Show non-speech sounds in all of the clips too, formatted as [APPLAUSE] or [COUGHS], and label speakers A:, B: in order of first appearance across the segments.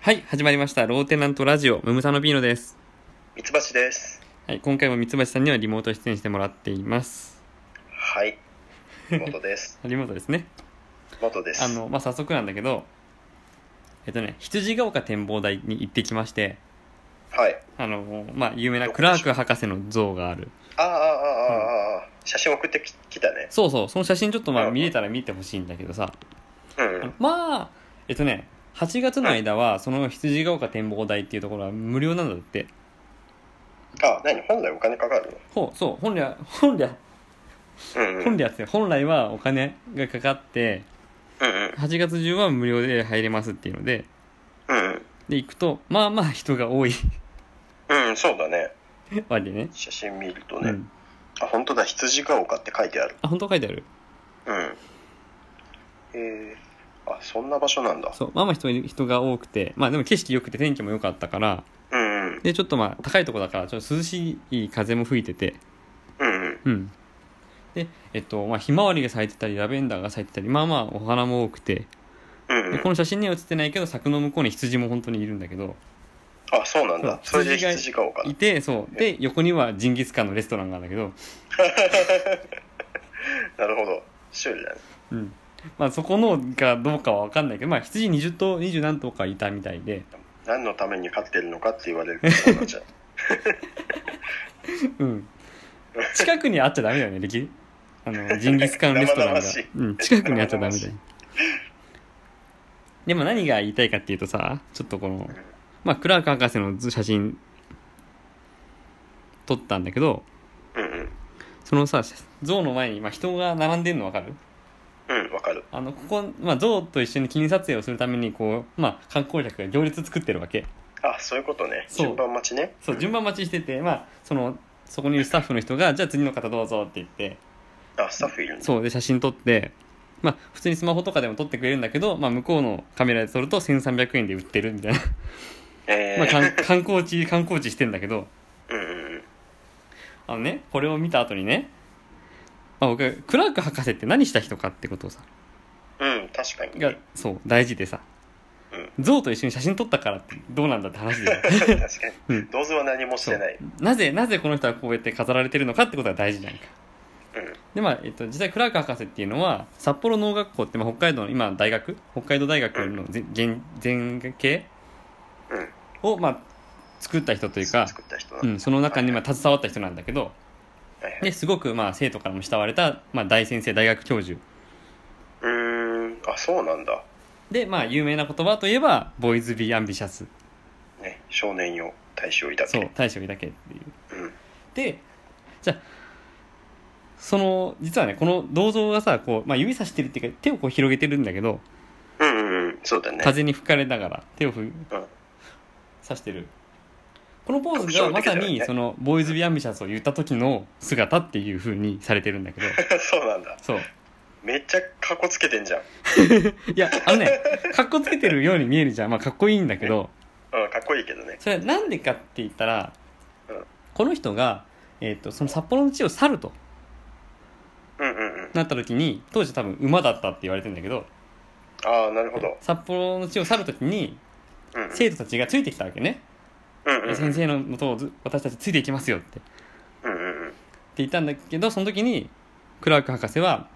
A: はい、始まりました。ローテナントラジオ、ムムサノピーノです。
B: ミツバチです。
A: はい、今回も三橋さんにはリモート出演してもらっています。
B: はい。
A: [LAUGHS]
B: 元です。
A: リモートですね。
B: 元です。
A: あの、まあ、早速なんだけど、えっとね、羊ヶ丘展望台に行ってきまして、
B: はい。
A: あの、まあ、有名なクラーク博士の像がある。
B: ああ、ああ、ああ、ああ。写真送ってききたね。
A: そうそう、その写真ちょっとま
B: う
A: あ
B: ん
A: 見れたら見てほしいんだけどさ、
B: う
A: あの
B: ん。
A: まあ、えっとね、8月の間はその羊ヶ丘展望台っていうところは無料なんだって。
B: あ、何本来お金かかる
A: ほう、そう、本来、本来、
B: のうんうん。
A: 本来はですね本来はお金がかかって、
B: うんうん。
A: 8月中は無料で入れますっていうので、
B: うんうん
A: で、行くと、まあまあ人が多い [LAUGHS]
B: うんうん、そうだね。
A: わけね。
B: 写真見ると
A: う
B: ね。
A: ん。
B: あ、本当だ。羊が丘って書いてある。
A: あ、本当書いてある
B: うん。えー、あ、そんな場所なんだ。
A: そう、まあまあ人人が多くて、まあでも景色良くて天気も良かったから、
B: うんうん。
A: で、ちょっとまあ高いとこだから、ちょっと涼しい風も吹いてて、
B: うんうん。
A: うん。で、えっと、まあひまわりが咲いてたり、ラベンダーが咲いてたり、まあまあお花も多くて、
B: うんう
A: でこ
B: ん。
A: の写真には写ってないけど、柵の向こうに羊も本当にいるんだけど、
B: あ、そうなんだ。
A: そ
B: そうれで羊が丘だ
A: い。て、そう。で、横にはジンギスカンのレストランがあるんだけど、
B: なるほど。修理だね。
A: うん。まあそこのがどうかは分かんないけど、まあ羊20頭、20何頭かいたみたいで、
B: 何のために飼ってるのかって言われるとそうなっちゃ
A: [LAUGHS]
B: う。
A: うん。近くにあっちゃダメだよね、できあの、ジンギスカンレストランが
B: 生々しい。
A: うん、近くにあっちゃダメだよ。でも何が言いたいかっていうとさ、ちょっとこの、まあ、クラーク博士の写真、撮ったんだけど、
B: うんうん。
A: そのさ、像の前に、まあ、人が並んでんのわかる
B: うん、わかる。
A: あの、ここ、まあ、像と一緒に記念撮影をするために、こう、まあ、観光客が行列作ってるわけ。
B: あ、そういうことね。
A: そう
B: 順番待ちね。
A: そう、順番待ちしてて、まあ、その、そこにいるスタッフの人が、じゃあ次の方どうぞって言って、
B: あ、スタッフいるんだ。
A: そうで写真撮ってまあ普通にスマホとかでも撮ってくれるんだけど、まあ、向こうのカメラで撮ると1300円で売ってるみたいな、
B: え
A: まあ、かん [LAUGHS]
B: ー、
A: 観光地観光地してんだけど
B: うんうんうん。
A: あのねこれを見た後にね、まあ、僕クラーク博士って何した人かってことをさ
B: うん、確かに。
A: がそう大事でさ象と一緒に写真撮ったからってどうなんだって話で
B: [LAUGHS] 確か
A: う
B: に
A: ん。
B: 銅像は何もしてない。
A: なぜなぜこの人はこうやって飾られてるのかってことが大事じゃんか
B: うん。
A: でまあ、えっと、実際クラーク博士っていうのは札幌農学校って、まあ、北海道の今大学北海道大学の全全全系
B: うん。
A: を、まあ、作った人というか、
B: 作った人な
A: うん
B: だ
A: ん、その中に、まあ、携わった人なんだけど
B: はいはい
A: ですごく、まあ、生徒からも慕われた、まあ、大先生大学教授
B: うーん、あ、そうなんだ。
A: で、まあ、有名な言葉といえば「ボーイズ・ビー・アンビシャス
B: ね、少年よ、大将い」た
A: そう
B: け。
A: 大将だけっていう
B: うん。
A: でじゃあその実はねこの銅像がさこう、まあ、指さしてるっていうか手をこう広げてるんだけど
B: うんうんうん、そうだね。
A: 風に吹かれながら手をふ
B: うん。 [LAUGHS]
A: さしてるこのポーズがまさ
B: 特徴的だよ
A: に
B: ね
A: その「ボーイズ・ビー・アンビシャス」を言った時の姿っていうふうにされてるんだけ
B: [LAUGHS]
A: ど
B: そうなんだ。
A: そう
B: めっちゃかこつけてんじゃん。
A: いや、あのね、かっこつけてるように見えるじゃん。まあ、かっこいいんだけど、
B: うん、かっこいいけどね。
A: それはなんでかって言ったら
B: うん、
A: この人が、えっ、と、その札幌の地を去ると
B: うんうんうん。
A: なった時に、当時多分馬だったって言われてるんだけど、
B: ああ、なるほど。
A: 札幌の地を去る時に、
B: うんうん。
A: 生徒たちがついてきたわけね。
B: うんうんうん。
A: 先生のもとをず私たちついていきますよって。って
B: うんうんうん。
A: 言ったんだけど、その時に、クラーク博士は、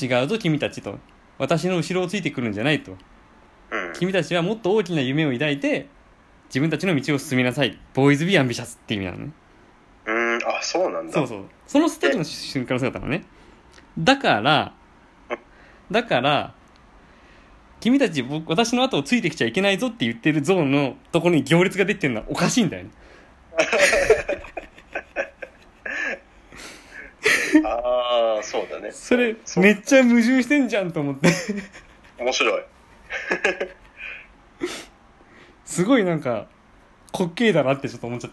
A: 違うぞ君たちと。私の後ろをついてくるんじゃないと。
B: うん。
A: 君たちはもっと大きな夢を抱いて、自分たちの道を進みなさい。ボーイズ・ビー・アンビシャスっていう意味なのね。
B: うーん、あ、そうなんだ。
A: そうそう。そのステージの瞬間の姿なのね。だから、だから、君たち僕、私の後をついてきちゃいけないぞって言ってるゾーンのところに行列ができてるのはおかしいんだよね。
B: ああ、そうだね。
A: それ、
B: そう
A: めっちゃ矛盾してんじゃんと思って。
B: 面白い。
A: すごいなんか、滑稽だなってちょっと思っちゃっ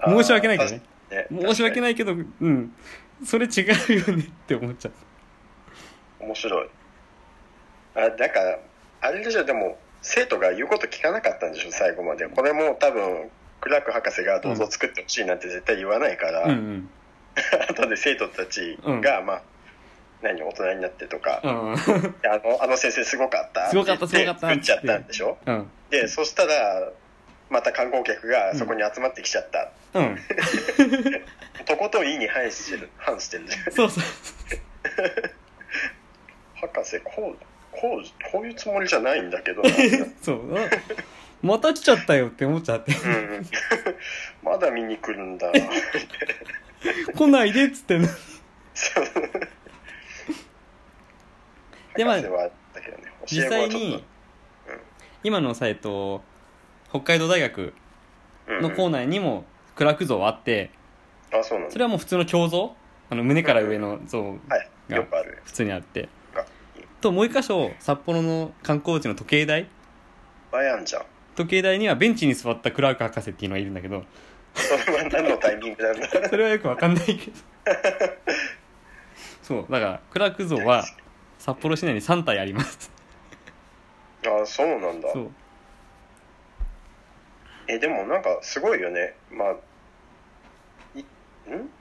A: た。申し訳ないけどね。申し訳
B: な
A: ない
B: い。
A: けど、うん。それ違うよねって思っちゃった。
B: 面白い。あ、だから、あれでしょ、でも、生徒が言うこと聞かなかったんでしょ、最後まで。これも多分、クラーク博士がどうぞ作 [LAUGHS] ってほしいなんて絶対言わないから、
A: うんうん。
B: 後で生徒たちが、まあ、何大人になってとか、
A: うん。
B: あのあの先生すごかった
A: すごかった
B: て言
A: すごかった
B: て作っちゃったんでしょ
A: うん。
B: でそしたらまた観光客がそこに集まってきちゃった、
A: うん。
B: とことん意に反してる反してる
A: そうそう。
B: 博士こうこうこういうつもりじゃないんだけどなう
A: そう。あまた来ちゃったよって思っちゃって。
B: ん [LAUGHS] まだ見に来る
A: [LAUGHS]
B: んだ
A: 来ないでっつってんの。
B: そう
A: でまあ
B: 博士はだけどね教
A: 実
B: え子は
A: 際
B: ちょっ
A: に、今のさ、えっと、北海道大学
B: とうん
A: の構内にもクラーク像はあって、
B: あそうなん
A: そ
B: だ
A: れはもう普通の胸像あの、胸から上の像
B: はい
A: が
B: よくある
A: 普通にあって。
B: が
A: と、もう一箇所、札幌の観光地の時計台
B: バヤンじゃん
A: 時計台にはベンチに座ったクラーク博士っていうのがいるんだけど、
B: それは何のタイミングなんだ
A: それはよくわかんないけ
B: [LAUGHS]
A: ど。そう、だから、クラーク像は札幌市内に3体あります。
B: あそうなんだ
A: そう。
B: えでもなんかすごいよねまあいん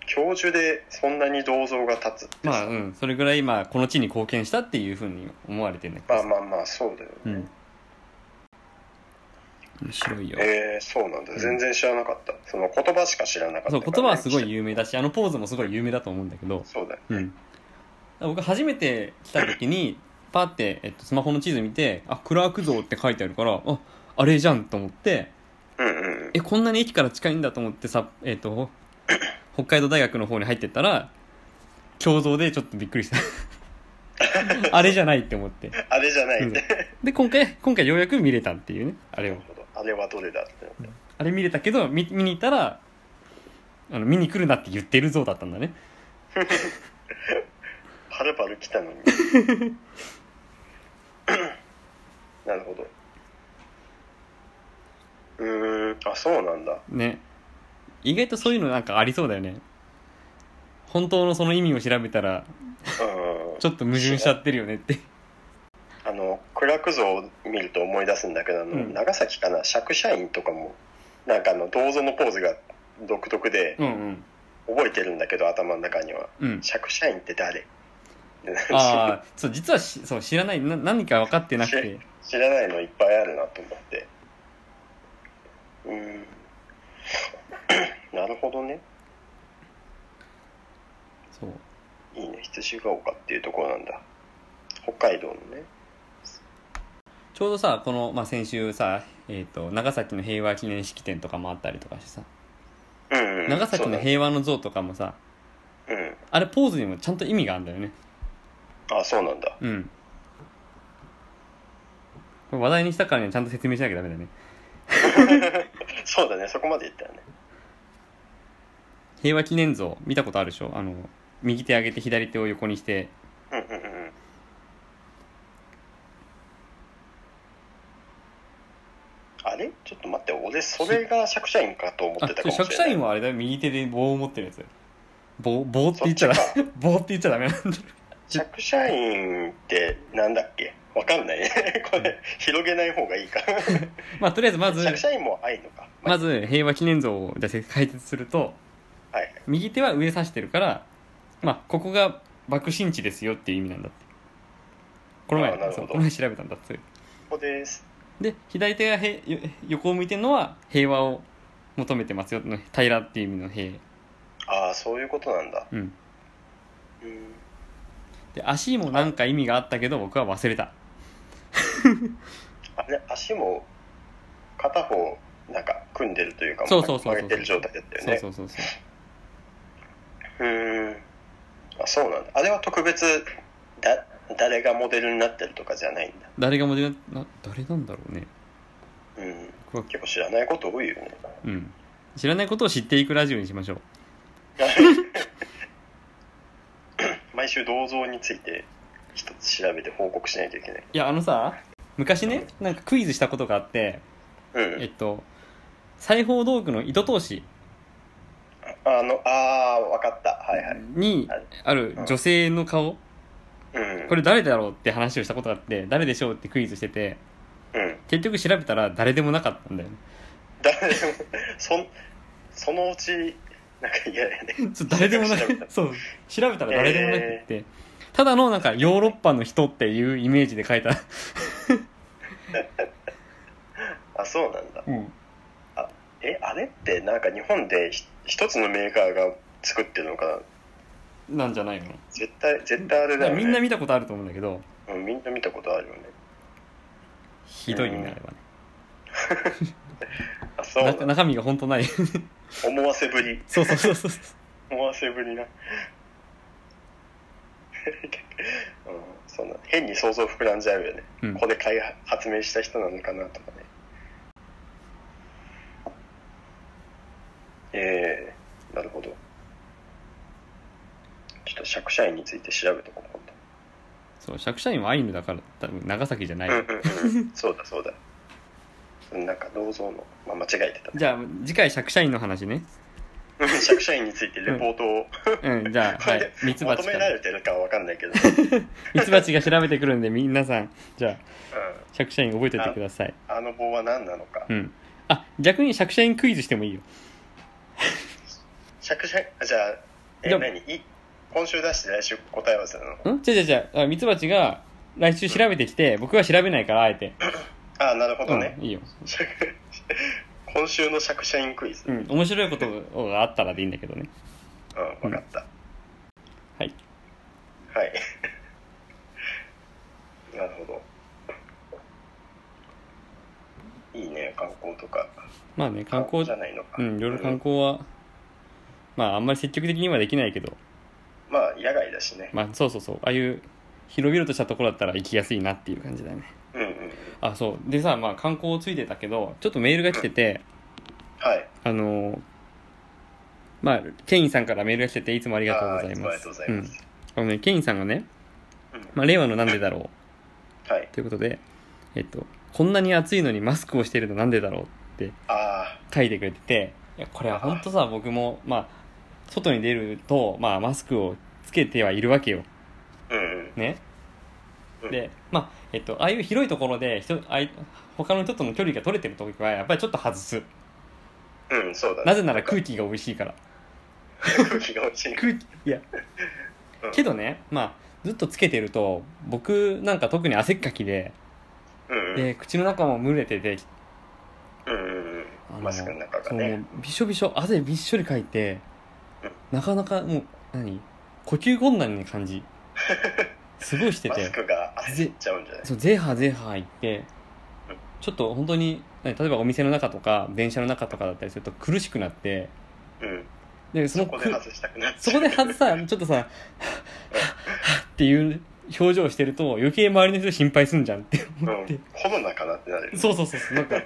B: 教授でそんなに銅像が立つって
A: まあ
B: さ、
A: うんそれぐらいまあこの地に貢献したっていうふうに思われてるんだけど
B: まあ、まあまあそうだよ
A: う
B: ね、
A: ん面白いよ、
B: えー、そうなんだ全然知らなかった、その言葉しか知らなかったから
A: そう
B: ね、
A: 言葉はすごい有名だしあのポーズもすごい有名だと思うんだけど、
B: そうだよ
A: うん、僕初めて来た時にパーって、えっと、スマホの地図見てあクラーク像って書いてあるからああれじゃんと思って
B: うんうんうん
A: えこんなに駅から近いんだと思ってさえっと北海道大学の方に入ってったら共像でちょっとびっくりした [LAUGHS] あれじゃないって思って
B: あれじゃない、
A: うん
B: なる
A: で今回今回ようやく見れたっていうねあれを
B: ほどあれはどれだってなって
A: あれ見れたけど見見に行ったらあの見に来るなって言ってる像だったんだね
B: はるばる来た
A: [LAUGHS]
B: のになるほどうーんあそうなんだ
A: ね意外とそういうのなんかありそうだよね本当のその意味を調べたら
B: うん
A: ちょっと矛盾しちゃってるよねって
B: あのクラク像を見ると思い出すんだけどあの、
A: うん
B: 長崎かな釈社員とかもなんかあの銅像のポーズが独特で
A: うんうん
B: 覚えてるんだけど頭の中には
A: うん
B: 釈社員って誰
A: ああそう実はしそう知らないな何か分かってなくて
B: 知らないのいっぱいあるなと思ってうん [COUGHS] なるほどね
A: そう
B: いいね羊が丘っていうところなんだ北海道のね
A: ちょうどさこの、まあ、先週さ、えー、と長崎の平和記念式典とかもあったりとかしてさ
B: うん、うん、
A: 長崎
B: そう
A: の
B: だ
A: 平和の像とかもさ
B: うん
A: あれポーズにもちゃんと意味があるんだよね
B: あそうなんだ
A: うんこれ話題にしたからにはちゃんと説明しなきゃダメだね
B: そうだねそこまで言ったよね
A: 平和記念像見たことあるでしょあの右手上げて左手を横にして
B: うんうんうんうんあれちょっと待って俺それが釈社員かと思っ
A: あ
B: てたかもしれない
A: 釈社員はあれだよ右手で棒を持ってるやつ棒棒って言っちゃダ
B: そっち
A: メ [LAUGHS] 棒って言っちゃダメなんだ
B: 釈社員ってなんだっけわかんないね [LAUGHS] これ広げない方がいいか
A: まあとりあえずまず
B: 釈社員も愛のか
A: まず平和記念像をじゃあ解説すると
B: はい
A: 右手は上指してるからまあここが爆心地ですよっていう意味なんだってこの
B: あーな
A: 前
B: るほ
A: そう
B: ど
A: この前調べたんだって
B: ここです
A: で左手がへよ横を向いてるのは平和を求めてますよの平らっていう意味の平、
B: ああそういうことなんだ
A: うん、
B: うん
A: で足もなんか意味があったけど僕は忘れた
B: あれ足も片方なんか組んでるというか
A: そうそうそうそう
B: 曲げてる状態だったよ
A: そ
B: ね
A: うそうそうそう
B: うーんあそうなんだあれは特別だ誰がモデルになってるとかじゃないんだ
A: 誰がモデルな誰なんだろうね
B: うん
A: 僕は
B: 結構知らないこと多いよね [LAUGHS]
A: うん知らないことを知っていくラジオにしましょう
B: 毎週銅像について一つ調べて報告しないといけない
A: いやあのさ昔ねなんかクイズしたことがあって
B: う
A: えっ
B: ん
A: と裁縫道具の糸通し
B: あのああ分かったはいはい
A: にある女性の顔
B: うん
A: これ誰だろうって話をしたことがあって誰でしょうってクイズしてて
B: うん
A: 結局調べたら誰でもなかったんだ
B: [LAUGHS]
A: よね
B: 誰でも [LAUGHS] そんそのうちなんか嫌だよね
A: そう誰でもな
B: 調べた
A: くそう調べたら誰でもなくって、ただのなんかヨーロッパの人っていうイメージで書いた。
B: あそうなんだ
A: うん。
B: えあれってなんか日本でひ一つのメーカーが作ってるのかな
A: なんじゃないの
B: 絶対絶対あれ
A: だ
B: だ
A: か
B: よ
A: ら
B: ね
A: みんな見たことあると思うんだけど、
B: うんみんな見たことあるよね
A: ひどいになればね。
B: あそう
A: 中
B: なんだ
A: 中身が本当
B: [LAUGHS]
A: ない。そう
B: 思わせぶり
A: そうそうそう。
B: 思わせぶりな [LAUGHS] うんそんな変に想像膨らんじゃうよね、
A: うん
B: ここで開発発明した人なのかなとかねえー、なるほどちょっと釈社員について調べてこう
A: そう、釈社員はアイヌだから、多分長崎じゃない。
B: 今度、うんうんうん、そうだそうだなんか銅像の、まあ、間違え
A: [LAUGHS]
B: てた
A: じゃあ、次回釈社員の話ね。
B: うん釈社員についてレポートを、
A: うん、じゃあ、はい。ミツバチ
B: 求
A: か
B: め
A: ら
B: られてるかは分かんないけど、
A: ミツバチが調べてくるんで、皆さん、じゃあ、
B: う
A: 釈社員覚えておいてください。
B: ん、あの棒は何なのか
A: うん。あ、逆に釈社員クイズしてもいいよ。
B: 釈釈じゃあえ
A: じゃあ
B: 何い今週出して来週答え合わせなの
A: ん違う違う違うあ。ミツバチが来週調べてきて、僕は調べないから、あえて。
B: ああなるほどね
A: う、ん、いいよ。
B: 釈今週の釈社員クイズ、
A: う
B: うん
A: ん、面白いことがあったらでいいんだけどね。
B: 分かった、
A: はい。
B: はい [LAUGHS] なるほどいいね観光とか
A: まあね、観光
B: じゃ、ないの
A: う
B: か
A: ん、いろいろ観光は、まあ、あんまり積極的にはできないけど、
B: うんまあ野外だしね、
A: まあ、そうそうそう、ああいう広々としたところだったら行きやすいなっていう感じだよね。
B: うんうん
A: あ、そう。でさ、まあ、観光ついてたけど、ちょっとメールが来てて、
B: はい
A: あのーまあ、ケインさんからメールが来てて、いつもありがとうござい
B: あー
A: ま
B: ありが
A: す
B: とうございます。、
A: うん、あのね、ケインさんがね、
B: うん
A: まあ、令和のなんでだろう
B: はい
A: ということで、えっと、こんなに暑いのにマスクをしてるのなんでだろうって
B: あ
A: 書いてくれてて、いや、これは本当さ、僕も、まあ、外に出ると、まあ、マスクをつけてはいるわけよ。
B: あうんうん
A: ね。
B: うん
A: で、まあ、えっと、ああいう広いところで、人、あい、他の人との距離が取れてる時は、やっぱりちょっと外す。
B: うんそうだね
A: なぜなら空気が美味しいから。
B: 空 [LAUGHS] 気が欲しい
A: 空気、いや
B: うん。
A: けどね、まあ、ずっとつけてると、僕なんか特に汗っかきで、
B: うんうん
A: で、口の中も蒸れてて、
B: うんうんうんマスクの中が
A: そうも
B: ね
A: うびしょびしょ汗びっしょりかいて、
B: うん
A: なかなかもう何呼吸困難に感
B: [LAUGHS]
A: じすごいして
B: マ
A: て
B: スクが焦っちゃうんじゃない
A: そうゼーハーゼーハー言って
B: うん
A: ちょっと本当に何例えばお店の中とか電車の中とかだったりすると苦しくなって
B: うん
A: でその
B: そこで
A: く
B: 外したくなっ
A: そ
B: ちゃ
A: こ
B: う
A: ではずさちょっとさはっはっっていう表情をしてると余計周りの人心配すんじゃんって思っ
B: う
A: て
B: ん、コロナかなってなるよね
A: そうそうそうそうなんか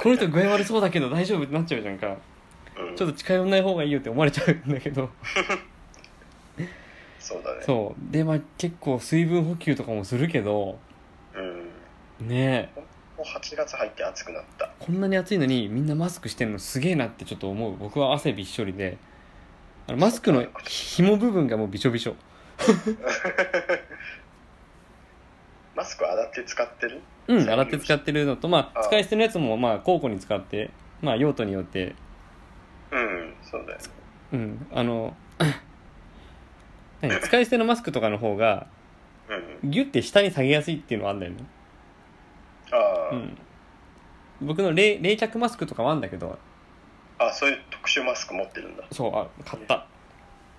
A: この人具合悪そうだけど大丈夫ってなっちゃうじゃんか
B: うん
A: ちょっと近寄んない方がいいよって思われちゃうんだけど
B: そうだね
A: そうでまあ結構水分補給とかもするけど
B: うんも
A: ねえ
B: う8月入って暑くなった
A: こんなに暑いのにみんなマスクしてんのすげえなってちょっと思う僕は汗びっしょりであのマスクの紐部分がもうびしょびしょ
B: マスク洗って使ってる
A: うん洗って使ってるのとまあ
B: あ
A: 使い捨てのやつもまあ交互に使ってまあ用途によって
B: うんそうだよね
A: うんあの [CLEARS THROAT] 何使い捨てのマスクとかの方が
B: うん
A: ギュッて下に下げやすいっていうのはあんだよね
B: ああ、
A: うん僕の冷冷却マスクとかもあるんだけど
B: あそういう特殊マスク持ってるんだ
A: そうあ買った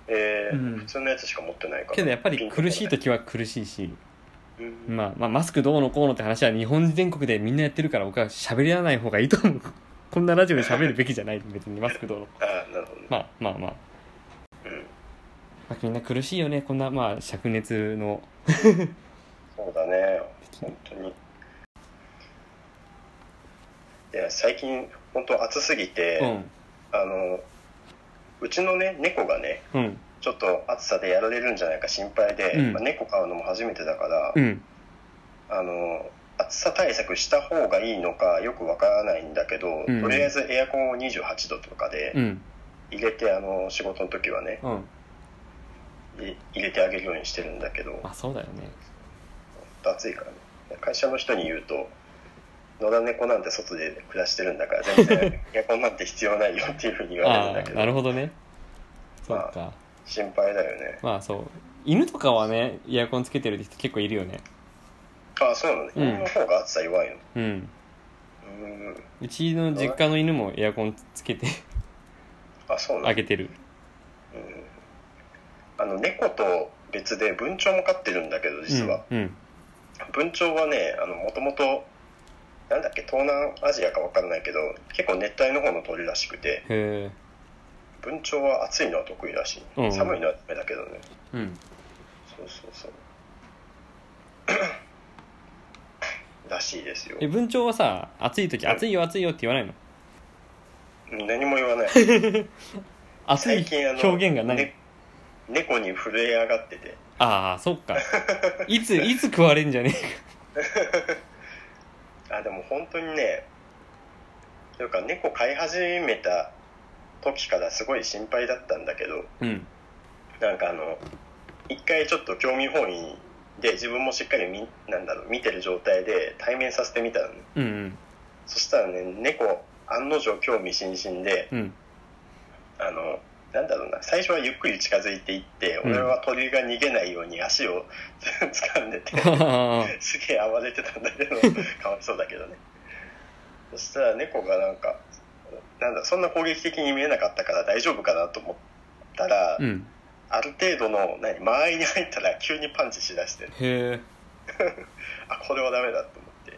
B: ええ
A: うん
B: 普通のやつしか持ってないから
A: けどやっぱり苦しい時は苦しいし、
B: うん
A: まあ、まあマスクどうのこうのって話は日本全国でみんなやってるから僕は喋らない方がいいと思うこんなラジオで喋るべきじゃない別にマスクどうの
B: ああなるほどね、
A: まあまあまあ、
B: うん
A: まあ、みんな苦しいよねこんなまあ灼熱の
B: そうだね本当にいや最近本当暑すぎて、
A: うん
B: あのうちのね猫がね
A: うん
B: ちょっと暑さでやられるんじゃないか心配で、
A: うん
B: まあ、猫飼うのも初めてだから、
A: うん
B: あの暑さ対策した方がいいのかよくわからないんだけど、
A: うん
B: とりあえずエアコンを28度とか
A: う
B: で
A: ん
B: 入れて、あの仕事の時はね
A: うん
B: い入れてあげるようにしてるんだけど
A: まあそうだよね
B: 暑いからね会社の人に言うと野良猫なんて外で暮らしてるんだから
A: [LAUGHS]
B: 全然エアコンなんて必要ないよっていうふうに言われるん
A: あ
B: だけ
A: あ
B: ど
A: なるほどねそうか
B: 心配だよね
A: まあそう犬とかはねエアコンつけてるって人結構いるよね
B: あそうなの、
A: うん
B: 犬の方が暑さ弱いの
A: うん
B: うん
A: うちの実家の犬もエアコンつけて
B: あそうな
A: あ
B: の
A: げてる
B: あの猫と別で文鳥も飼ってるんだけど実は、
A: うんうん
B: 文鳥はねあのもともとなんだっけ東南アジアか分かんないけど結構熱帯の方の鳥らしくて
A: へえ
B: 文鳥は暑いのは得意らしい、
A: うん
B: 寒いのはダメだけどね
A: うん
B: そうそうそう [COUGHS] らしいですよ
A: え文鳥はさ暑い時暑いよ暑いよって言わないの
B: 何も言わない
A: 暑い
B: 最近あの
A: 表現がない、
B: ね猫に震え上がってて
A: ああそっかいついつ食われんじゃね
B: あでも本当にねというか猫飼い始めた時からすごい心配だったんだけど
A: えうん
B: なんかあの一回ちょっと興味本位で自分もしっかり見なんだろう見てる状態で対面させてみたのね
A: うんうん
B: そしたらね猫案の定興味津々で
A: うん
B: あのなんだろうな最初はゆっくり近づいていって、
A: うん
B: 俺は鳥が逃げないように足を [LAUGHS] 掴んでて
A: あー
B: [LAUGHS] すげえ暴れてたんだけどかわいそうだけどねそしたら猫がなんかなんだそんな攻撃的に見えなかったから大丈夫かなと思ったら、 [LAUGHS]
A: うん
B: ある程度の何間合いに入ったら急にパンチしだして
A: へえ
B: あこれはダメだと思って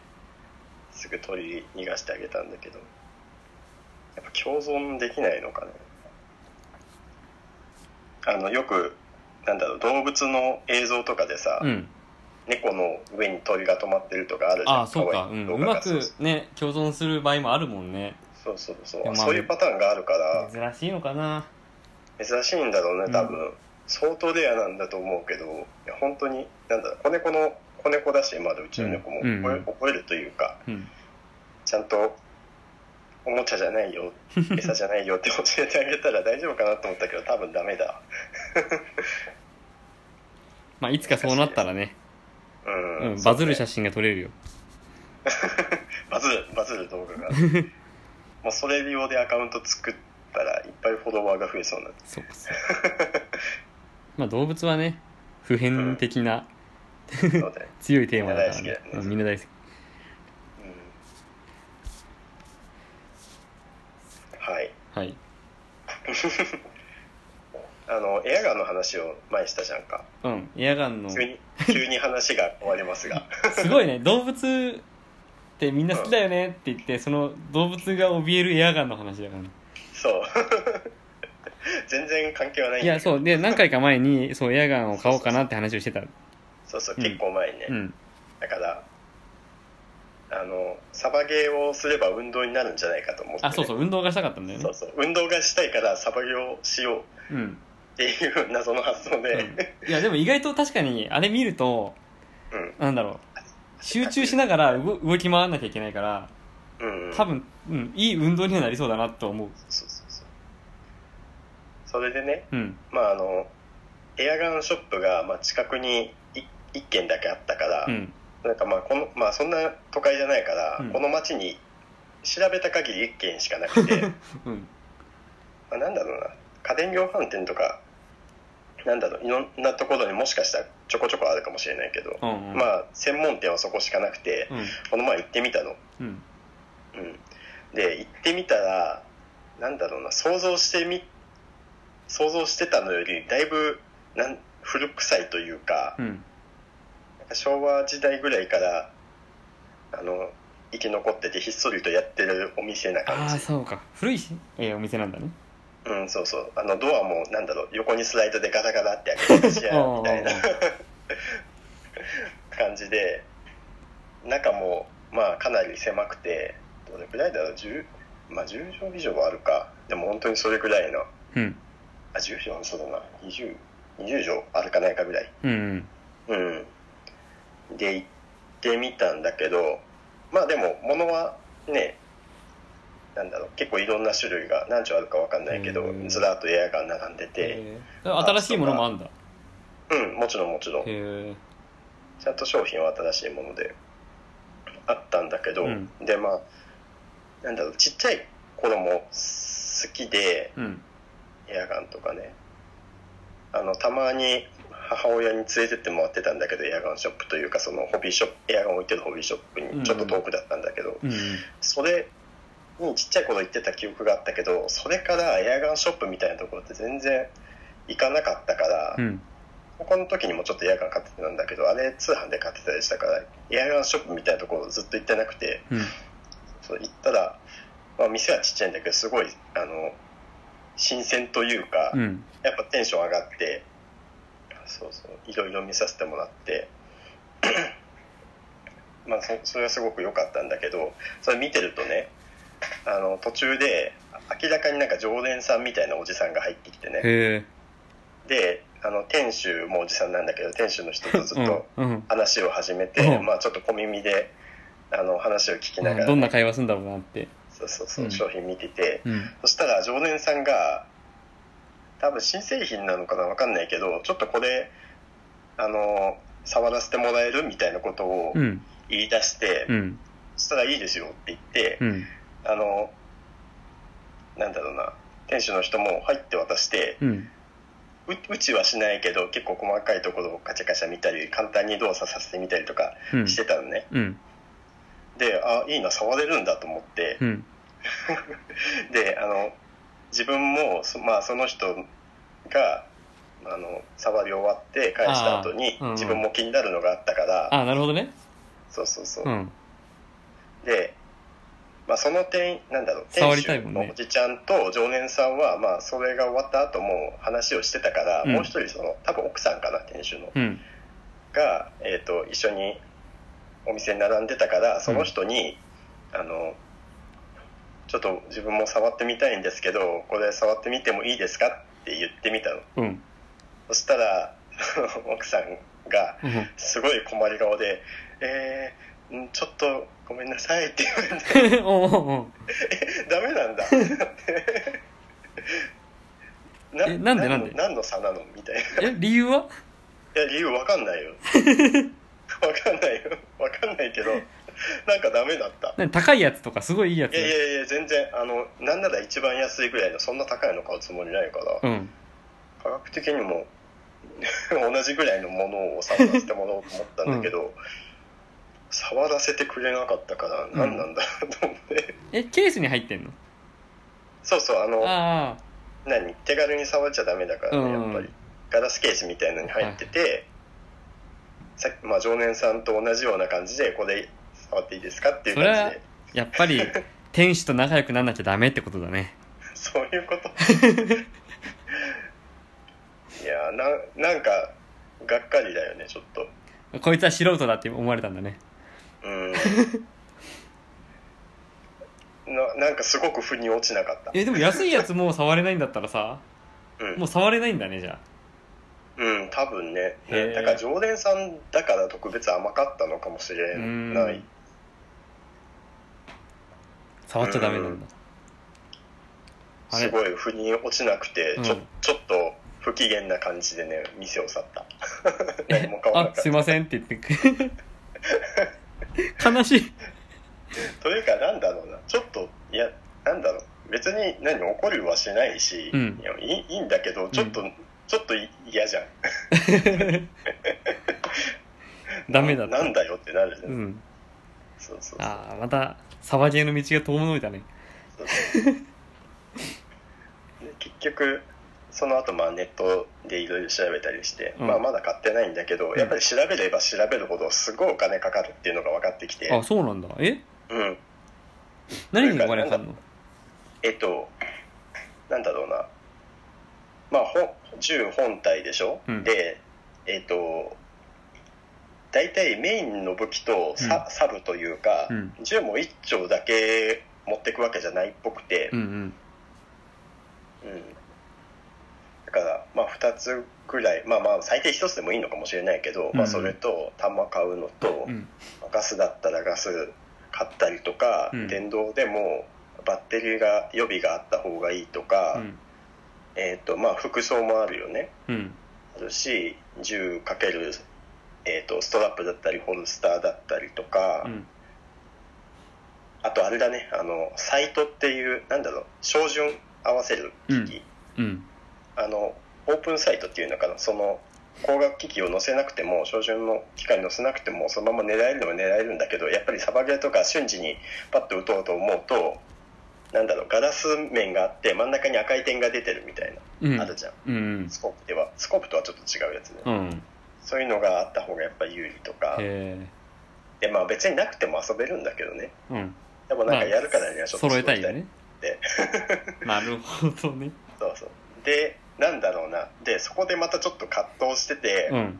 B: すぐ鳥逃がしてあげたんだけどやっぱ共存できないのかねあのよくなんだろう動物の映像とかでさ、
A: うん
B: 猫の上に鳥が止まってるとかあるじゃん
A: ああそうか、う
B: 可愛い
A: ん、
B: 動
A: う
B: 画
A: ま
B: がそう
A: くね共存する場合もあるもんね
B: そうそうそう
A: でもまあ
B: そういうパターンがあるから
A: 珍しいのかな
B: 珍しいんだろ
A: う
B: うね
A: ん
B: 多分、相当レアなんだと思うけどいや本当になんだろう子猫の子猫だしまだうちの猫
A: う
B: も覚え,、
A: んうん
B: 覚えるというか
A: うん
B: ちゃんとおもちゃじゃな
A: [LAUGHS]
B: いよ餌じゃないよって教えてあげたら大丈夫かなと思ったけど多分ダメだ
A: まあいつかそうなったらね、
B: うん、
A: うん、
B: そ
A: バ
B: うね
A: ズる写真が撮れるよ
B: バズるバズる動画
A: [LAUGHS]
B: がもうそれ用でアカウント作ったらいっぱいフォロワーが増えそうな
A: そうかそうかまあ動物はね普遍的な
B: ので、
A: 強いテーマだから
B: みんな
A: ね
B: 大好きだよね
A: うんみんな大好き
B: うん、はい
A: はい
B: あのエアガンの話を前にしたじゃんか
A: うんエアガンの
B: 急に急に話が終わります
A: [LAUGHS]
B: が
A: すごいね動物ってみんな好きだよねって言ってその動物が怯えるエアガンの話だからね
B: そう [LAUGHS] 全然関係はないん
A: い
B: だ
A: や
B: けど
A: そうで何回か前にそうエアガンを買おうかなって話をしてた
B: そうそう
A: うん
B: 結構前にね、
A: うん
B: だからあのサバゲーをすれば運動になるんじゃないかと思ってね、
A: あそうそう運動がしたかったんだよね
B: そうそう運動がしたいからサバゲーをしよう
A: うん
B: っていう謎の発想で、
A: いやでも意外と確かにあれ見ると
B: [LAUGHS] うん
A: なんだろう集中しながら動動き回らなきゃいけないから
B: うん、
A: 多分、うん、いい運動にはなりそうだなと思う
B: そうそうそうそれでね
A: うん
B: まああのエアガンショップが、まあ、近くに1軒だけあったから、
A: うん
B: なんかまあこのまあそんな都会じゃないから、
A: うん
B: この町に調べた限り1軒しかなく
A: [LAUGHS]
B: てま
A: うん
B: あなんだろうな家電量販店とかなんだろういろんなところにもしかしたらちょこちょこあるかもしれないけど、
A: うんうん
B: まあ専門店はそこしかなくて、
A: うん
B: この前行ってみたの、
A: うん
B: うん、で行ってみたらなんだろうな想像してみ想像してたのよりだいぶなん古臭いというか、
A: うん
B: 昭和時代ぐらいからあの生き残っててひっそりとやってるお店な
A: あ
B: 感
A: あ
B: じ
A: そうか古いし、えーお店なんだね
B: うんそうそうあのドアもなんだろう横にスライドでガラガラって開けてシェアみたいな [LAUGHS] 感じで中もまあかなり狭くてどれくらいだろう10まあ10畳以上はあるかでも本当にそれくらいの
A: うん
B: あ10畳そうだな2020畳あるかないかぐらい
A: うんうん
B: うん、で行ってみたんだけどまあでも物はねなんだろう結構いろんな種類が何種あるかわかんないけど
A: うん
B: ずらっとエアガン並んでて、
A: えー新しいものもあんだへ
B: うん、もちろんもちろん
A: え
B: ちゃんと商品は新しいものであったんだけど、
A: うん
B: でまあなんだろうちっちゃい頃も好きで
A: うん
B: エアガンとかねあのたまに母親に連れてってもらってたんだけどエアガンショップというかそのホビーショップエアガン置いてるホビーショップ
A: うん
B: にちょっと遠くだったんだけど、
A: うん
B: それにちっちゃい頃行ってた記憶があったけどそれからエアガンショップみたいなところって全然行かなかったから、
A: うん
B: ここの時にもちょっとエアガン買ってたんだけどあれ通販で買ってたりしたからエアガンショップみたいなところずっと行ってなくて
A: うん
B: そう行ったら、まあ、店はちっちゃいんだけどすごいあの新鮮というか、
A: うん
B: やっぱテンション上がってそうそういろいろ見させてもらって [CLEARS THROAT] まあそそれはすごく良かったんだけどそれ見てるとねあの途中で明らかになんか常連さんみたいなおじさんが入ってきてね
A: へ
B: であの店主もおじさんなんだけど店主の人とずっ
A: え
B: と
A: うんうん
B: 話を始めて、
A: うん
B: まあちょっと小耳であの話を聞きながら、
A: どんな会話するんだろうなって
B: そうそうそう
A: うん
B: 商品見てて、
A: うん
B: そしたら常連さんが多分新製品なのかなわかんないけどちょっとこれあの触らせてもらえるみたいなことを
A: うん
B: 言い出して、
A: うん
B: そしたらいいですよって言って、
A: うん
B: あのなんだろうな店主の人も入って渡して
A: うん
B: ううちはしないけど結構細かいところをカチャカチャ見たり簡単に動作させてみたりとか
A: うん
B: してたのね、
A: うん
B: であいいな触れるんだと思って、
A: うん
B: であの自分もそ,、まあ、その人があの触り終わって返した後に
A: あーうん
B: 自分も気になるのがあったから
A: あなるほどね
B: そうそうそう、
A: うん
B: で、まあ、その店なんだろう店
A: 触りたい
B: 主
A: もんね
B: のおじちゃんと常連さんは、まあ、それが終わった後も話をしてたから、
A: うん
B: もう一人その多分奥さんかな店主の
A: うん
B: が、えー、と一緒にお店に並んでたからその人に、あのちょっと自分も触ってみたいんですけどこれ触ってみてもいいですかって言ってみた
A: う
B: の
A: ん
B: そしたら [LAUGHS] 奥さんが
A: うん
B: すごい困り顔で「えーんちょっとごめんなさい」って言われ
A: お
B: て [LAUGHS]
A: うおうおう
B: 「ダメなんだ」
A: [LAUGHS] えなんでな
B: 何
A: ん
B: の
A: で
B: 何の差なのみたいな
A: え理由はい
B: や理由わかんない [LAUGHS] よわかんないよわかんないけどなんかダメだった
A: 何高いやつとかすごいいいやつ
B: いやいやいや全然あのなんなら一番安いぐらいのそんな高いの買うつもりないか
A: う
B: ら
A: ん
B: 価格的にも同じぐらいのものを触らせてもらおうと思ったんだけど、触らせてくれなかったから
A: ん
B: 何なんだろうと思って、
A: えケースに入ってんの
B: そうそうあの
A: あ
B: 何手軽に触っちゃダメだからね、
A: うん
B: やっぱりガラスケースみたいのに入ってて、さっき、まあ、常連さんと同じような感じでこれ触っていいですかっていう感じ
A: あ
B: で
A: やっぱり天使と仲良くならなきゃダメってことだね
B: [LAUGHS] そういう
A: [LAUGHS]
B: こといやーななんかがっかりだよねちょっと
A: こいつは素人だって思われたんだね
B: うん
A: [LAUGHS]
B: ななんかすごく腑に落ちなかった
A: えでも安いやつもう触れないんだったらさ
B: うん
A: もう触れないんだねじゃ
B: うん多分ね
A: へー
B: だから常連さんだから特別甘かったのかもしれ
A: あう
B: なんい
A: 触っちゃダメなんだあ
B: す
A: れ
B: ごい腑に落ちなくて、ち
A: う
B: ょ
A: ん
B: ちょっと不機嫌な感じでね店を去った何
A: [LAUGHS] え
B: も買わな
A: あ
B: かった
A: すいませんって言ってく [LAUGHS] 悲しい
B: というかなんだろうなちょっといやなんだろう別に何怒るはしないし、
A: うん
B: いやいいいいんだけどちょっと、ちょっと嫌じゃん
A: ダメだっ
B: な
A: た
B: んだよってなるじゃ、
A: うんん
B: そうそう [LAUGHS] そう
A: ああまたサバゲーの道が遠のいたね
B: で結局その後まあネットでいろいろ調べたりして、
A: うん
B: まあ、まだ買ってないんだけど、
A: ん
B: やっぱり調べれば調べるほどすごいお金かかるっていうのが分かってきて、
A: あそうなんだえ
B: うん、
A: 何にお金かかんの
B: えっとなんだろうなまあ本銃本体でしょ、
A: うん
B: でえっと大体メインの武器とサ,、
A: う
B: サブというか、
A: うん
B: 銃も1丁だけ持ってくわけじゃないっぽくて
A: う、んうん
B: うんだからまあ2つぐらいまあまあ最低1つでもいいのかもしれないけど、
A: うん
B: まあ、それと弾買うのと、
A: うん
B: ガスだったらガス買ったりとか、
A: うん
B: 電動でもバッテリーが予備があった方がいいとか、
A: うん
B: えーとまあ、服装もあるよね
A: うん
B: あるし銃かける、えー、とストラップだったりホルスターだったりとか、
A: うん
B: あとあれだねあのサイトっていうなんだろう照準合わせる機器、
A: うん
B: あのオープンサイトっていうのかなその光学機器を載せなくても照準の機械に載せなくてもそのまま狙えるのは狙えるんだけどやっぱりサバゲーとか瞬時にパッと打とうと思うとなんだろうガラス面があって真ん中に赤い点が出てるみたい
A: うん
B: なあるじゃん
A: うん
B: スコープではスコープとはちょっと違うやつね
A: うんへ
B: そういうのがあった方がやっぱ有利とか
A: え
B: でまあ別になくても遊べるんだけどね
A: うん
B: でもなんかやるからにはちょっと
A: 揃えたい
B: 揃
A: よ
B: え
A: ね
B: で
A: [LAUGHS] なるほどね
B: そうそうでなんだろうなでそこでまたちょっと葛藤してて、
A: うん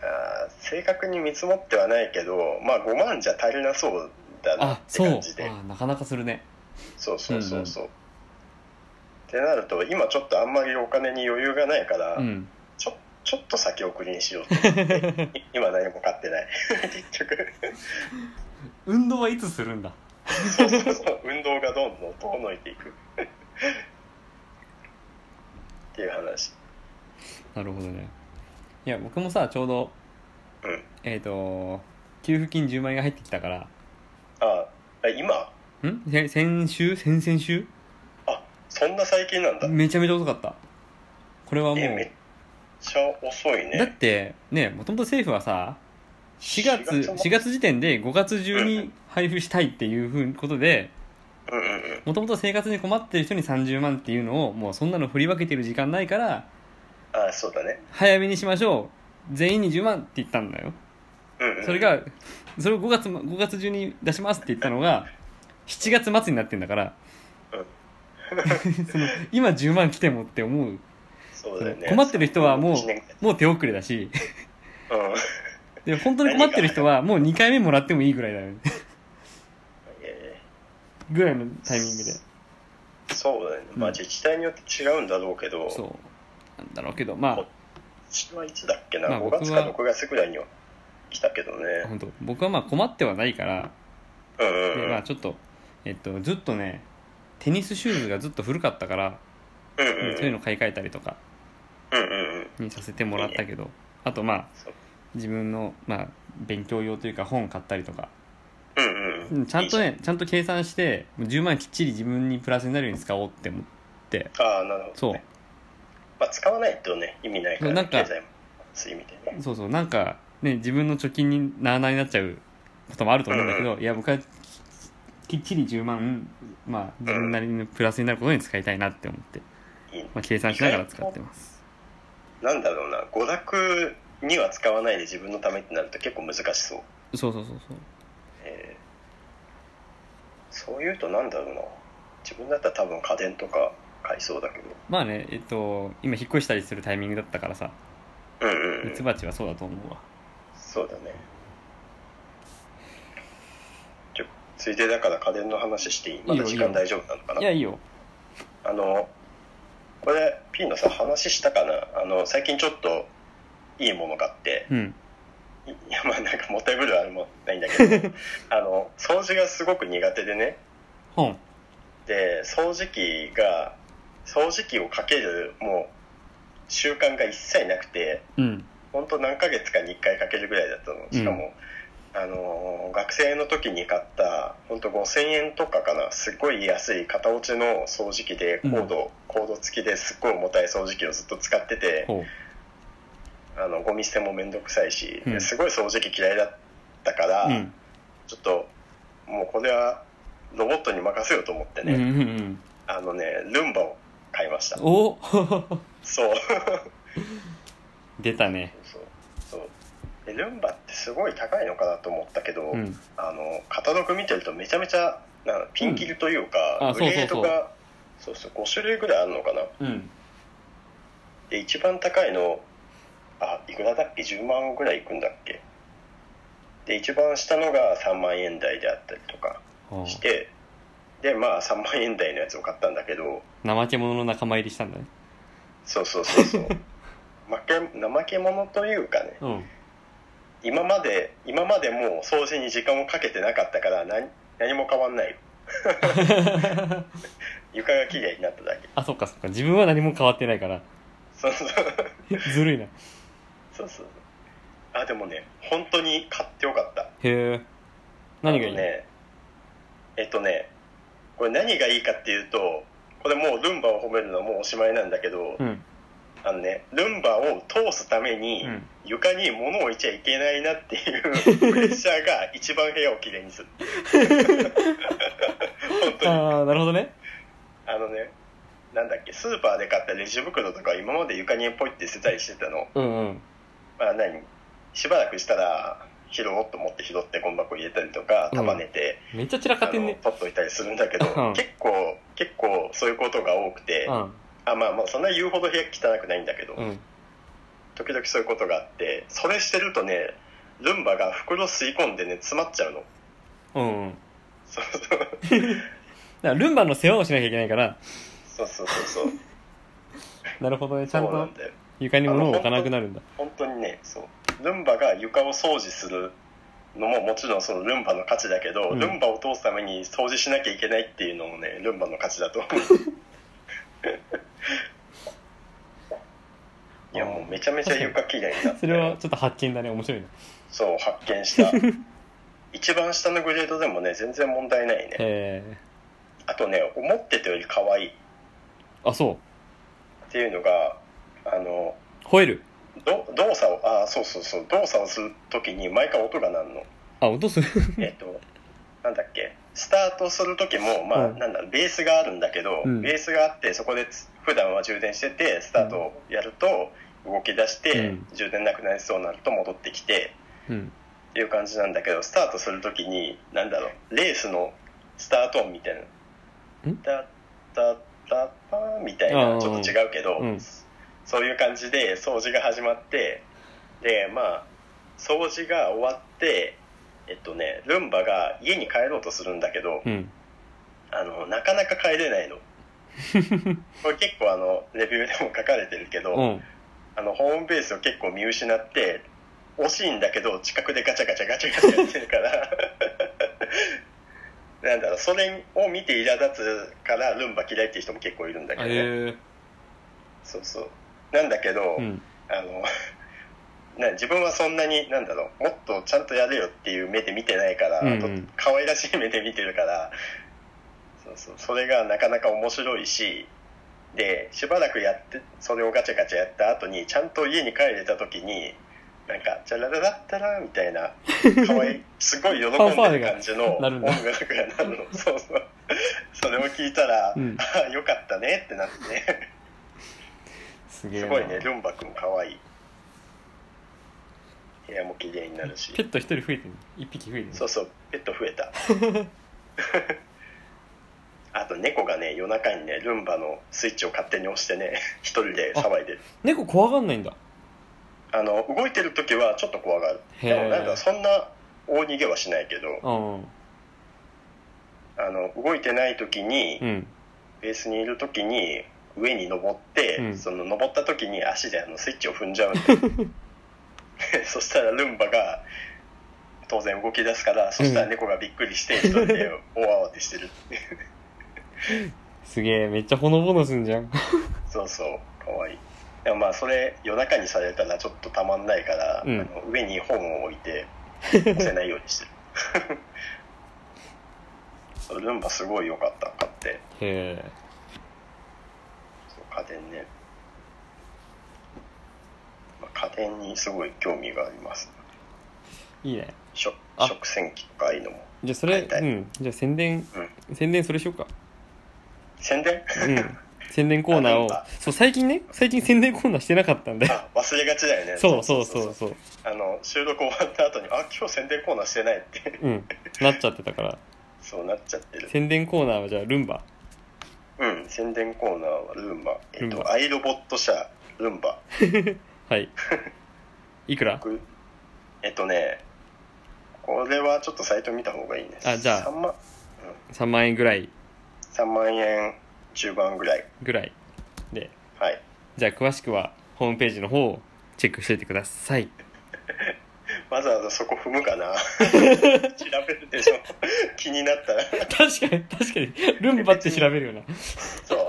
B: あー正確に見積もってはないけどまあ5万じゃ足りなそうだなっ
A: あ
B: て
A: そう
B: 感じで
A: あなかなかするね
B: そうそうそうそう、ってなると今ちょっとあんまりお金に余裕がないから、
A: うん
B: ちょちょっと先送りにしようと思って
A: [LAUGHS]
B: い今何も買ってない [LAUGHS] 結局
A: 運動はいつするんだ
B: そうそうそう運動がどんどん遠のいていくっていう話
A: なるほどねいや僕もさちょうど
B: うん
A: えっ、と給付金10万円が入ってきたから
B: ああ今
A: んせ先週先々週
B: あそんな最近なんだ、
A: めちゃめちゃ遅かったこれはもう
B: えめっちゃ遅い
A: だっ
B: ね
A: てねもともと政府はさ4月
B: 4月
A: ,4 月時点で5月中に配布したいっていうふうことで
B: うんうんうん
A: もともと生活に困ってる人に30万っていうのをもうそんなの振り分けてる時間ないから
B: あそうだね
A: 早めにしましょう全員に10万って言ったんだよ
B: うんうん
A: それがそれを5月ま5月中に出しますって言ったのが7月末になってんだから
B: う
A: [LAUGHS]
B: ん
A: その今10万来てもって思う
B: そうだよね
A: 困ってる人はもう
B: 一年
A: もう手遅れだし
B: うん
A: で本当に困ってる人はもう2回目もらってもいいぐらいだよね [LAUGHS]
B: え
A: ぐらいのタイミングで
B: ーそうだね、
A: うん
B: まあ自治体によって違うんだろうけど
A: そうなんだろうけどま
B: 私はいつだっけな、
A: まあ
B: 5
A: 僕は
B: 月か6月ぐらいには来たけど
A: あ
B: ね
A: 本当僕はまあ困ってはないから、
B: うんう
A: で
B: んうん、
A: まあ、ちょっと、えっと、ずっとねテニスシューズがずっと古かったから、
B: うん
A: そう
B: うん
A: いうの買い替えたりとか
B: うんうんうん
A: にさせてもらったけどあとまあ
B: そう
A: 自分の、まあ、勉強用というか本買ったりとか
B: うんうん
A: う
B: うんん
A: ちゃんとねちゃんと計算してもう10万きっちり自分にプラスになるように使おうって思って
B: ああなるほど、ね、
A: そう
B: まあ使わないとね意味ないから、
A: そうなんか
B: 経済もそういう意味でね
A: そうそうなんかね自分の貯金にならないになっちゃうこともあると思うんだけど、いや僕はききっちり10万まあ自分なりのプラスになることに使いたいなって思って、
B: いいね
A: まあ、計算しながら使ってます
B: なんだろうな娯楽には使わないで自分のためってなると結構難しそう、
A: そうそうそうそう
B: えーそういうとなんだろうな自分だったら多分家電とか買いそうだけど
A: まあねえっと今引っ越したりするタイミングだったからさ
B: うんうんう
A: ミ
B: ん
A: ツバチはそうだと思うわ
B: そうだねちょついでだから家電の話していいま
A: いい
B: だ
A: よ
B: 時間大丈夫なのかない
A: やいいよ
B: あのこれ P のさ話したかなあの最近ちょっといいもの買って
A: うん
B: いいやまあなんかもったいぶるあれもないんだ
A: [LAUGHS]
B: けどあの掃除がすごく苦手でね
A: 本
B: で掃除機が掃除機をかけるもう習慣が一切なくて
A: うん
B: 本当何ヶ月かに1回かけるぐらいだったのしかも、あのー学生の時に買った本当5000円とかかなすっごい安い型落ちの掃除機でコード、コード付きですっごい重たい掃除機をずっと使ってて
A: ほ
B: あのゴミ捨ても面倒くさいし、
A: うん
B: ですごい掃除機嫌いだったから、
A: ううん
B: ちょっともうこれはロボットに任せようと思って
A: うん
B: ね、
A: うんうん
B: あのねルンバを買いました
A: お
B: そう
A: [LAUGHS]
B: [LAUGHS]
A: 出たね
B: そうそうでルンバってすごい高いのかなと思ったけど、
A: うん
B: あのカタログ見てるとめちゃめちゃなんかピンキリというか、
A: うんあ
B: グレードがそうそう5種類ぐらいあるのかな
A: うん
B: で一番高いのあいくらだっけ10万ぐらいいくんだっけで一番下のが3万円台であったりとか
A: ほう
B: してでまあ3万円台のやつを買ったんだけど
A: 怠け者の仲間入りしたんだね
B: そうそうそうそう負け怠け者というかね
A: [LAUGHS] うん
B: 今まで今までもう掃除に時間をかけてなかったから何何も変わんないよ床がきれいになっただけ
A: あそっかそっか自分は何も変わってないから [LAUGHS]
B: そうそう
A: ずるいなへ
B: そうそうあでもね本当に買ってよかった
A: え何がいい、
B: あのねえっとねこれ何がいいかっていうとこれもうルンバを褒めるのはもうおしまいなんだけど、
A: うん
B: あのね、ルンバを通すために
A: うん
B: 床に物を置いちゃいけないなっていうプレッシャーが一番部屋をきれいにする本当に
A: ああなるほどね
B: あのねなんだっけスーパーで買ったレジ袋とか今まで床にポイって捨てたりしてたの
A: うんうん
B: まあ何しばらくしたら拾おうと思って拾ってゴミ箱に入れたりとか
A: うん
B: 束ねて、
A: めっちゃ散らか
B: あ
A: ってん
B: の
A: ね
B: 取っといたりするんだけど、
A: うん
B: 結構結構そういうことが多くて、
A: うん
B: あまあまあそんな言うほど部屋汚くないんだけど、
A: うん
B: 時々そういうことがあってそれしてるとねルンバが袋吸い込んでね詰まっちゃうの
A: うんうん
B: そうそ
A: だ
B: う
A: からルンバの世話をしなきゃいけないから
B: そうそうそうそう
A: なるほ [LAUGHS] どねちゃん
B: そうな
A: と
B: んだよ
A: 床に物を置かなくなるんだ
B: 本当にねそうルンバが床を掃除するのももちろんそのルンバの価値だけど、
A: うん
B: ルンバを通すために掃除しなきゃいけないっていうのもねルンバの価値
A: [LAUGHS]
B: だと思ういやもうめちゃめちゃ床きれいになっ
A: [LAUGHS]
B: て
A: それはちょっと発見だね面白いね
B: そう発見した [LAUGHS] 一番下のグレードでもね全然問題ないね
A: え
B: あとね思ってたより可愛いっ
A: ー、あそう
B: ていうのがあの
A: 吠える
B: ど動作をあーそうそうそう動作をする時に毎回音が鳴るの
A: あ落とす
B: [LAUGHS] えっと、なんだっけ、スタートする時も、まあ、
A: うん
B: なんだ、ベースがあるんだけど、
A: うん
B: ベースがあって、そこでつ普段は充電してて、スタートをやると、動き出して、
A: うん
B: 充電なくなりそうになると戻ってきて、
A: [LAUGHS] うん
B: っていう感じなんだけど、スタートする時に、なんだろう、レースのスタート音みたいな。
A: ん
B: タッタッタッパーみたい
A: あー
B: な、ちょっと違うけど、
A: うん
B: そういう感じで掃除が始まって、で、まあ、掃除が終わって、えっとね、ルンバが家に帰ろうとするんだけど、
A: うん
B: あの、なかなか帰れな
A: [LAUGHS]
B: いの。これ結構あの、レビューでも書かれてるけど、
A: うん
B: あの、ホームベースを結構見失って、惜しいんだけど、近くでガチャガチャガチャガチャやってるから、 [LAUGHS] なんだろう、それを見て苛立つから、ルンバ嫌いっていう人も結構いるんだけどね。
A: え
B: そうそう。なんだけ
A: ー、
B: ど、
A: うん
B: あの、 [LAUGHS] な自分はそんなに、なんだろう、もっとちゃんとやれよっていう目で見てないから、
A: うんう
B: と
A: ん
B: 可愛らしい目で見てるから、そうそう、それがなかなか面白いし、で、しばらくやって、それをガチャガチャやった後に、ちゃんと家に帰れた時に、なんか、チャラララッタラーみたいな、可
A: [LAUGHS]
B: 愛い、すごい喜んでる感じの
A: ファンファーレがなるんだ
B: 音楽がなるの。そうそう。それを聞いたら、
A: うん
B: ああ、よかったねってなってね。
A: すげえ
B: す
A: な
B: ごいねルンバ君かわいい部屋も綺麗になるし
A: ペット一人増えてる一匹増えてる
B: そうそうペット増え
A: [LAUGHS]
B: た [LAUGHS] あと猫がね夜中にねルンバのスイッチを勝手に押してね [LAUGHS] 一人で騒いでる
A: 猫怖がんないんだ
B: あの動いてる時はちょっと怖がる
A: へ
B: でもなん
A: え
B: かそんな大逃げはしないけど
A: うん
B: あの動いてない時に
A: うん
B: ベースにいる時に上に登って、
A: うん
B: その登った時に足であのスイッチを踏んじゃう
A: [LAUGHS]
B: んだよそしたらルンバが当然動き出すからそしたら猫がびっくりして一
A: [LAUGHS]
B: 人で大慌てしてる
A: すげえめっちゃほのぼのすんじゃん
B: そうそうかわいいでもまあそれ夜中にされたらちょっとたまんないから、
A: うん
B: あの上に本を置い
A: [LAUGHS]
B: て押せないようにしてる [LAUGHS] そうルンバすごい良かった買って
A: へえ
B: そう家電ね、まあ、家電にすごい興味があります
A: いいね
B: 食
A: あ
B: 食洗機とかああいうのも
A: じゃあそれ
B: 買いたい
A: うんじゃあ宣伝、宣伝それしようか
B: 宣伝
A: うん宣伝コーナーを
B: あ
A: そう最近ね最近宣伝コーナーしてなかったんで
B: [LAUGHS] あ忘れがちだよね
A: [LAUGHS] そうそうそうそう
B: あの収録終わった後にあ今日宣伝コーナーしてないって [LAUGHS]
A: うんなっちゃってたから
B: そうなっちゃってる
A: 宣伝コーナーはじゃあルンバ
B: うん宣伝コーナーはルンバえっ、
A: ルン
B: と
A: バ
B: アイロボット社ルンバ
A: はいいくら
B: 僕えっとねこれはちょっとサイト見た方がいいね
A: あじゃあ
B: 3万
A: 3万円ぐらい
B: 3万円中盤ぐらい
A: ぐらいで
B: はい
A: じゃあ詳しくはホームページの方をチェックしておいてください
B: わざわざそこ踏む
A: [LAUGHS]
B: かな調べるでしょ気になったら
A: 確かに確かにルンバって調べるよな
B: そう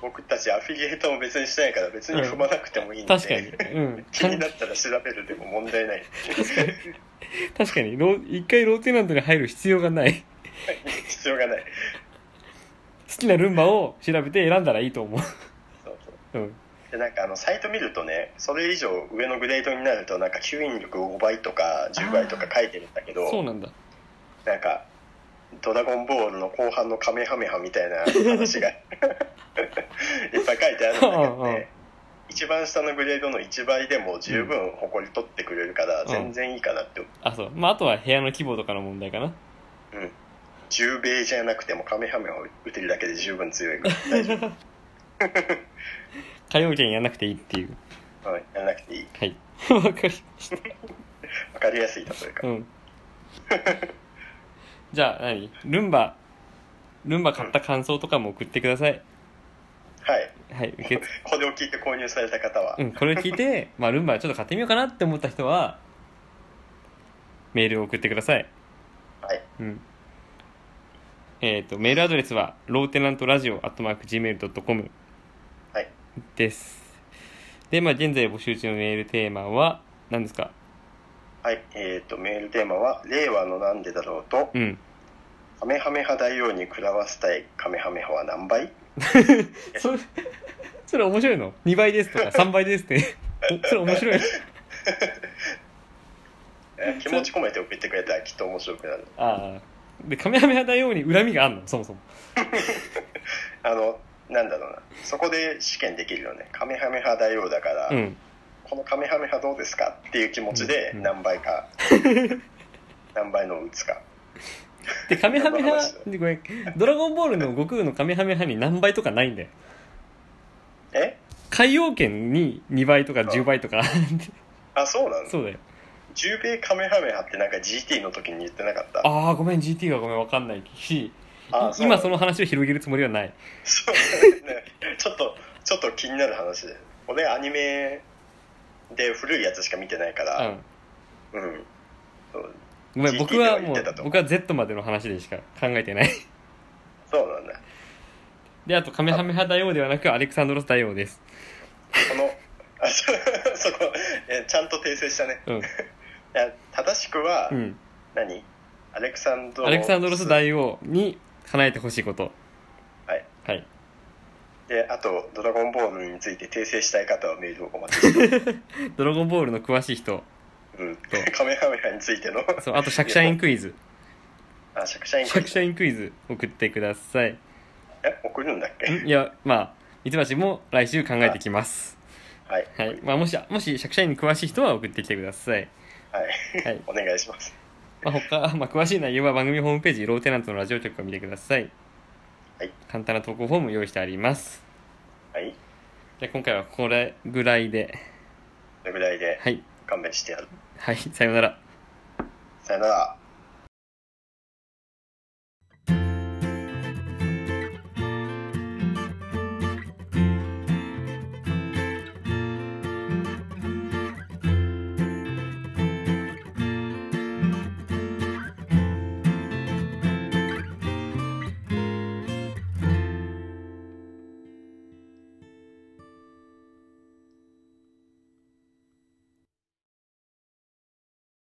B: 僕たちアフィリエイトも別にしてないから別に踏まなくてもいいんで、
A: 確かにうん
B: 気になったら調べるでも問題ない
A: 確かにロー一回ローテナントに入る必要がない [LAUGHS] 好
B: 必要がない
A: きなルンバを調べて選んだらいいと思う
B: そうそう
A: うん
B: でなんかあのサイト見るとねそれ以上上のグレードになるとなんか吸引力5倍とか10倍とか書いてるんだけど
A: そうなんだ
B: なんか「ドラゴンボール」の後半のカメハメハみたいな
A: [LAUGHS]
B: 話がいっぱい書いてあるんだけど
A: うんうん
B: ね一番下のグレードの1倍でも十分誇り取ってくれるから
A: ん
B: 全然いいかなって、
A: あそうまああとは部屋の規模とかの問題かな
B: うん、10米じゃなくてもカメハメハを打てるだけで十分強いから大丈
A: 火曜券やんなくていいっていう
B: 夫、はい、やらなくていい
A: はい [LAUGHS] わかりました
B: 分かりやすい例えか
A: うんじゃあ何ルンバルンバ買った感想とかも送ってください
B: はい
A: はい受け付
B: これを聞いて購入された方は、
A: うん、これ聞いて、まあ、ルンバちょっと買ってみようかなって思った人はメールを送ってください、
B: はい
A: うんえっとメールアドレスはローテナントラジオ Gmail.com
B: はい
A: ですで、まあ、現在募集中のメールテーマは何ですか
B: はい、えっ、と、メールテーマは、令和のなんでだろうと、 [LAUGHS]
A: うん
B: カメハメ派大王に食らわせたいカメハメ派は何倍
A: それそれ面白いの2倍ですと
B: [LAUGHS]
A: か3倍ですっておそれ面白い
B: えー [LAUGHS] 気持ち込めて送ってくれたらきっと面白くなる。
A: ああでカメハメハ大王に恨みがあんのそもそも
B: あの、なんだろうな、そこで試験できるよね。カメハメ派大王だから、
A: うん
B: このカメハメ派どうですかっていう気持ちで
A: うん
B: 何
A: [LAUGHS]
B: 倍か、何倍のを打つか。
A: でカメハメ派でごめんドラゴンボールの悟空のカメハメ派に何倍とかないんだよ
B: え
A: 海洋圏に2倍とか10倍とか
B: あ、そうな
A: [LAUGHS]
B: の
A: そうだよ
B: 十米カメハメ派ってなんか GT の時に言ってなかった。
A: ああごめん GT はごめんわかんないし
B: あう
A: [LAUGHS]
B: な
A: 今
B: の
A: その話を広げるつもりはない
B: [LAUGHS] そうね、ちょっとちょっと気になる話で俺アニメで古いやつしか見てないか
A: う
B: ら
A: ん
B: うん、そう
A: ごめん
B: GT
A: 僕は
B: では言
A: も
B: っ
A: う
B: てたと
A: 僕は Z までの話でしか考えて
B: [LAUGHS]
A: ない
B: そうなんだ
A: であとカメハメ派大王ではなくアレクサンドロス大王です
B: このあそ [LAUGHS] そこえちゃんと訂正したね [LAUGHS]
A: うん、
B: いや正しくは、
A: うん、
B: 何アレクサンドロ
A: アレクサンドロス大王に叶えてほしいこと
B: はい
A: はい
B: であと「ドラゴンボール」について訂正したい方はメールをお待ちして
A: ドラゴンボールの詳しい人
B: る、うん
A: そう、
B: [LAUGHS] カメハメハについての
A: そうあと釈迦インクイズ
B: あシャクシャイン
A: 釈迦インクイズ送ってください
B: え送るんだっけ
A: んいやまあミツバチも来週考えてきます
B: はい
A: は
B: はいい、
A: まあ、もしもし釈迦インに詳しい人は送ってきてください、はい
B: お願いします
A: まあ、他、 [LAUGHS] まあ、詳しい内容は番組ホームページローテナントのラジオ局を見てください、
B: はい、
A: 簡単な投稿フォーム用意してあります
B: はい
A: じゃあ今回はこれぐらいで
B: それぐらいで
A: はい
B: 勘弁してやる
A: はいさようなら
B: さよなら